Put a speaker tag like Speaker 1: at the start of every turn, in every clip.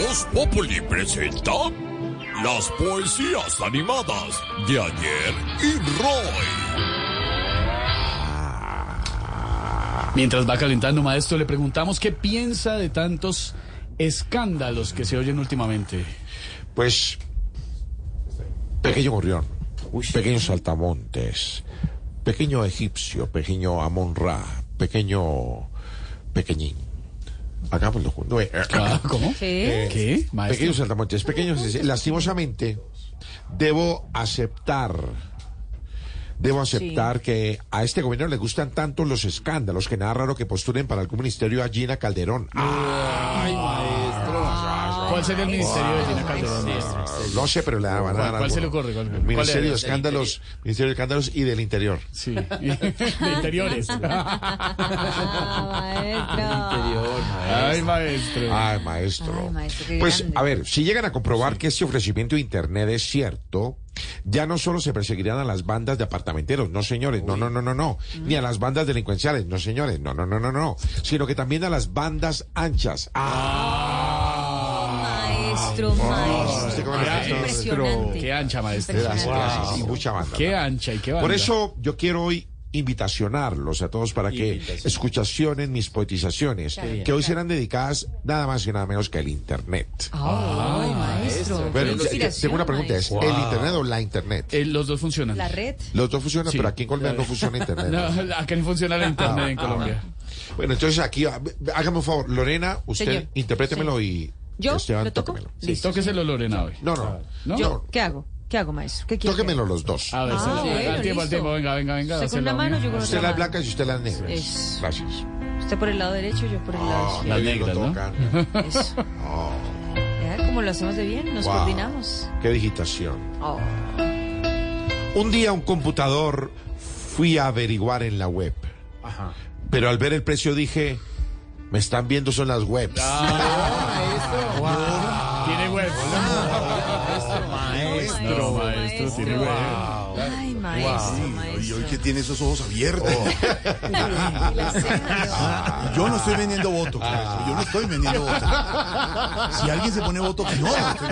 Speaker 1: Voz Populi presenta las poesías animadas de ayer y Roy.
Speaker 2: Mientras va calentando, maestro, le preguntamos qué piensa de tantos escándalos que se oyen últimamente.
Speaker 3: Pues, pequeño gorrión, pequeño saltamontes, pequeño egipcio, pequeño Amon-Ra, pequeño pequeñín. Hagámoslo juntos. Eh,
Speaker 2: Ah, ¿Cómo?
Speaker 4: ¿Qué?
Speaker 2: ¿Qué? Maestro.
Speaker 3: Pequeño saltamontes, pequeño... Lastimosamente, debo aceptar... Debo aceptar que a este gobierno le gustan tanto los escándalos que nada raro que postulen para algún ministerio a Gina Calderón. ¡Ay, maestro!
Speaker 2: ¿Cuál sería el ministerio de Gina Calderón? maestro?
Speaker 3: No sé, pero le van a dar
Speaker 2: ¿Cuál- cuál se le
Speaker 3: alguno.
Speaker 2: ocurre? ¿Cuál- cuál
Speaker 3: Ministerio
Speaker 2: era?
Speaker 3: de Escándalos, Ministerio de Escándalos y del Interior.
Speaker 2: Sí. De interiores. Ah,
Speaker 4: Ah,
Speaker 2: Ay, maestro.
Speaker 3: Ay, maestro.
Speaker 4: Ay, maestro, qué
Speaker 3: pues,
Speaker 4: grande.
Speaker 3: a ver, si llegan a comprobar que este ofrecimiento de Internet es cierto, ya no solo se perseguirán a las bandas de apartamenteros, no señores, no, no, no, no, no,
Speaker 2: Mm.
Speaker 3: ni a las bandas delincuenciales, no señores, no, no, no, no, no, sino que también a las bandas anchas. ¡Ah!
Speaker 4: Maestro,
Speaker 3: ¿usted
Speaker 4: maestro.
Speaker 3: cómo lo
Speaker 4: Qué
Speaker 3: hace?
Speaker 4: Este Impresionante.
Speaker 2: Qué ancha, maestro.
Speaker 3: Gracias,
Speaker 4: Wow.
Speaker 3: gracias, y mucha banda.
Speaker 2: Ah, Qué ancha y qué banda.
Speaker 3: Por eso yo quiero hoy invitacionarlos a todos para que escuchacionen mis poetizaciones, que hoy serán dedicadas nada más y nada menos que al Internet.
Speaker 4: Ah, Ay, maestro.
Speaker 3: Bueno,
Speaker 4: Qué
Speaker 3: ya- ya-
Speaker 4: inspiración,
Speaker 3: tengo una pregunta, ¿es
Speaker 4: maestro.
Speaker 3: el Internet o la Internet?
Speaker 2: Eh, los dos funcionan.
Speaker 4: La red.
Speaker 3: Los dos funcionan,
Speaker 2: Sí.
Speaker 3: pero aquí en Colombia no funciona Internet.
Speaker 2: No, acá no funciona la internet en
Speaker 3: Ah,
Speaker 2: Colombia.
Speaker 3: Bueno, entonces aquí, ah, hágame un favor, Lorena, usted
Speaker 4: Señor.
Speaker 3: interprétemelo y
Speaker 4: ¿Yo?
Speaker 3: Esteban,
Speaker 4: ¿Lo toco?
Speaker 3: tóquemelo.
Speaker 2: Sí, tóqueselo, Lorena, hoy.
Speaker 3: No, no,
Speaker 2: ¿No?
Speaker 4: ¿Yo? ¿Qué hago? ¿Qué hago, maestro? ¿Qué quiere?
Speaker 3: tóquemelo los dos.
Speaker 2: A ver, se
Speaker 4: Ah,
Speaker 2: la-
Speaker 4: bueno,
Speaker 2: al tiempo, al
Speaker 4: listo.
Speaker 2: tiempo. Venga, venga, venga.
Speaker 4: Usted
Speaker 2: hacer
Speaker 4: con una mano, yo con
Speaker 3: Usted
Speaker 4: otra
Speaker 3: las
Speaker 4: mano.
Speaker 3: blancas y usted las negras.
Speaker 4: Eso.
Speaker 3: Gracias.
Speaker 4: Usted por el lado derecho, yo por el lado
Speaker 3: Ah,
Speaker 2: Las
Speaker 3: qué bien lo
Speaker 2: negras, ¿no?
Speaker 3: tocan.
Speaker 4: izquierdo. Eso. Vea ¿Cómo lo hacemos de bien? Nos
Speaker 3: Wow.
Speaker 4: coordinamos.
Speaker 3: Qué digitación.
Speaker 4: Oh.
Speaker 3: Un día un computador fui a averiguar en la web. Pero al ver el precio dije, me están viendo son las webs.
Speaker 2: Ah. Tiene huevo.
Speaker 4: Maestro,
Speaker 2: maestro, tiene huevo.
Speaker 4: Ay, maestro, maestro.
Speaker 5: que tiene esos ojos abiertos.
Speaker 4: Y las cejas.
Speaker 5: Yo no estoy vendiendo voto. Yo no estoy vendiendo voto. Si alguien se pone voto, que no. lo estoy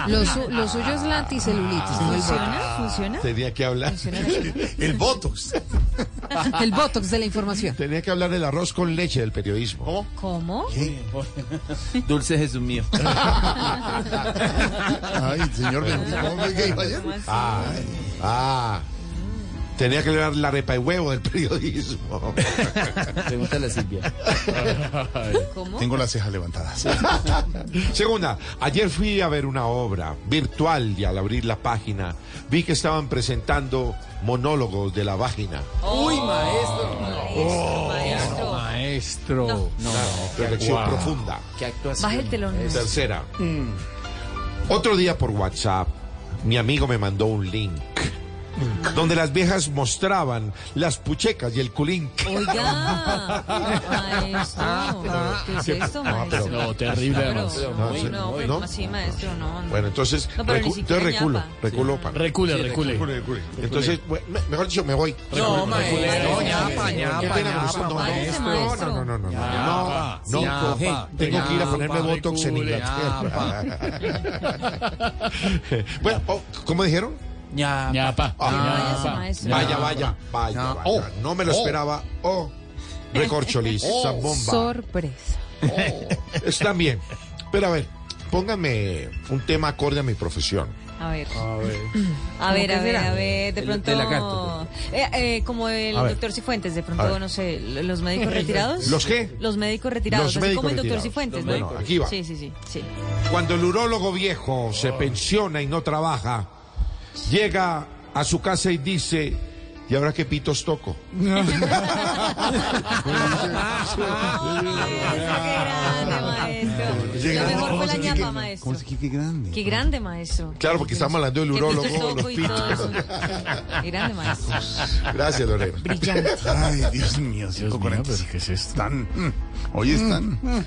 Speaker 5: vendiendo.
Speaker 6: Lo, su- lo suyo es la anticelulitis, no el botox.
Speaker 4: ¿Funciona? ¿Funciona?
Speaker 3: Tenía que hablar.
Speaker 5: El Botox.
Speaker 6: El botox de la información.
Speaker 3: Tenía que hablar del arroz con leche del periodismo.
Speaker 4: ¿Cómo?
Speaker 7: Dulce Jesús mío.
Speaker 5: Ay, señor,
Speaker 4: Pues,
Speaker 5: ¿cómo me que iba ayer?
Speaker 3: Ah, ah. Tenía que hablar la repa y huevo del periodismo.
Speaker 7: Pregúntale a Silvia.
Speaker 4: ¿Cómo?
Speaker 5: Tengo las cejas levantadas.
Speaker 3: Segunda, ayer fui a ver una obra virtual y al abrir la página vi que estaban presentando monólogos de la vagina.
Speaker 7: Uy, maestro.
Speaker 4: Maestro, maestro.
Speaker 2: Maestro.
Speaker 7: No,
Speaker 3: Reflexión profunda.
Speaker 7: qué actuación.
Speaker 4: Baja el telón. maestro.
Speaker 3: Tercera. Otro día por WhatsApp, mi amigo me mandó un link donde las viejas mostraban las puchecas y el culín.
Speaker 4: Oiga, Ah, maestro, ¿qué es esto, maestro?
Speaker 2: pero- no, terrible,
Speaker 4: Pero-
Speaker 2: además.
Speaker 4: No,
Speaker 3: sí,
Speaker 4: no,
Speaker 3: no,
Speaker 4: pero
Speaker 3: no.
Speaker 4: sí, maestro, no. no.
Speaker 3: Bueno, entonces,
Speaker 4: No, pero ni
Speaker 3: recu-
Speaker 4: siquiera
Speaker 3: entonces reculo,
Speaker 4: ñapa.
Speaker 3: reculo para.
Speaker 2: Recule, recule.
Speaker 3: Recule, Entonces, bueno, me- mejor dicho, me voy.
Speaker 7: No, maestro.
Speaker 2: No,
Speaker 7: ñapa, ñapa,
Speaker 3: Qué pena con usted, no,
Speaker 4: maestro.
Speaker 3: no, no, no, no, no, no, no, no, no,
Speaker 7: ñapa,
Speaker 3: tengo que ir a ponerme
Speaker 2: ñapa,
Speaker 3: Botox en
Speaker 2: recule,
Speaker 3: Inglaterra. Bueno, oh, ¿cómo dijeron?
Speaker 7: ñapa.
Speaker 2: Ñapa.
Speaker 4: Ah,
Speaker 2: ñapa.
Speaker 4: maestro.
Speaker 3: Vaya, vaya, vaya,
Speaker 7: No.
Speaker 3: vaya.
Speaker 7: Oh.
Speaker 3: No me lo
Speaker 7: Oh.
Speaker 3: esperaba. Oh, recorcholis, esa bomba.
Speaker 6: Sorpresa.
Speaker 3: Está bien. Pero a ver, póngame un tema acorde a mi profesión.
Speaker 4: A ver. A ver,
Speaker 7: que
Speaker 4: a ver,
Speaker 7: será?
Speaker 4: a ver, de
Speaker 7: El-
Speaker 4: pronto.
Speaker 7: de la carta.
Speaker 4: Eh, eh, como el
Speaker 3: pues. A ver.
Speaker 4: doctor Cifuentes, de
Speaker 3: A
Speaker 4: pronto,
Speaker 3: ver.
Speaker 4: no sé, los médicos retirados.
Speaker 3: ¿Los qué?
Speaker 4: Los médicos retirados,
Speaker 3: Los
Speaker 4: así
Speaker 3: médicos
Speaker 4: como el doctor
Speaker 3: retirados.
Speaker 4: Cifuentes, ¿no?
Speaker 3: Bueno, aquí va.
Speaker 4: Sí, sí, sí, sí.
Speaker 3: Cuando el urólogo viejo se pensiona y no trabaja, llega a su casa y dice, ¿y ahora qué pitos toco? Ah.
Speaker 4: Ay, eso, qué grande, maestro. Lo mejor fue la ñapa, maestro.
Speaker 5: ¿Cómo se que qué grande?
Speaker 4: Qué grande, maestro.
Speaker 3: Claro, porque estamos hablando del
Speaker 4: Qué
Speaker 3: urólogo,
Speaker 4: pitos
Speaker 3: los
Speaker 4: toco y todo
Speaker 3: pitos.
Speaker 4: eso. Qué grande, maestro.
Speaker 3: Gracias, Lorena.
Speaker 4: Brillante.
Speaker 5: Ay, Dios mío,
Speaker 2: Dios mío, pero
Speaker 5: 5.45.
Speaker 2: ¿qué es esto?
Speaker 5: Están. mm, Hoy están.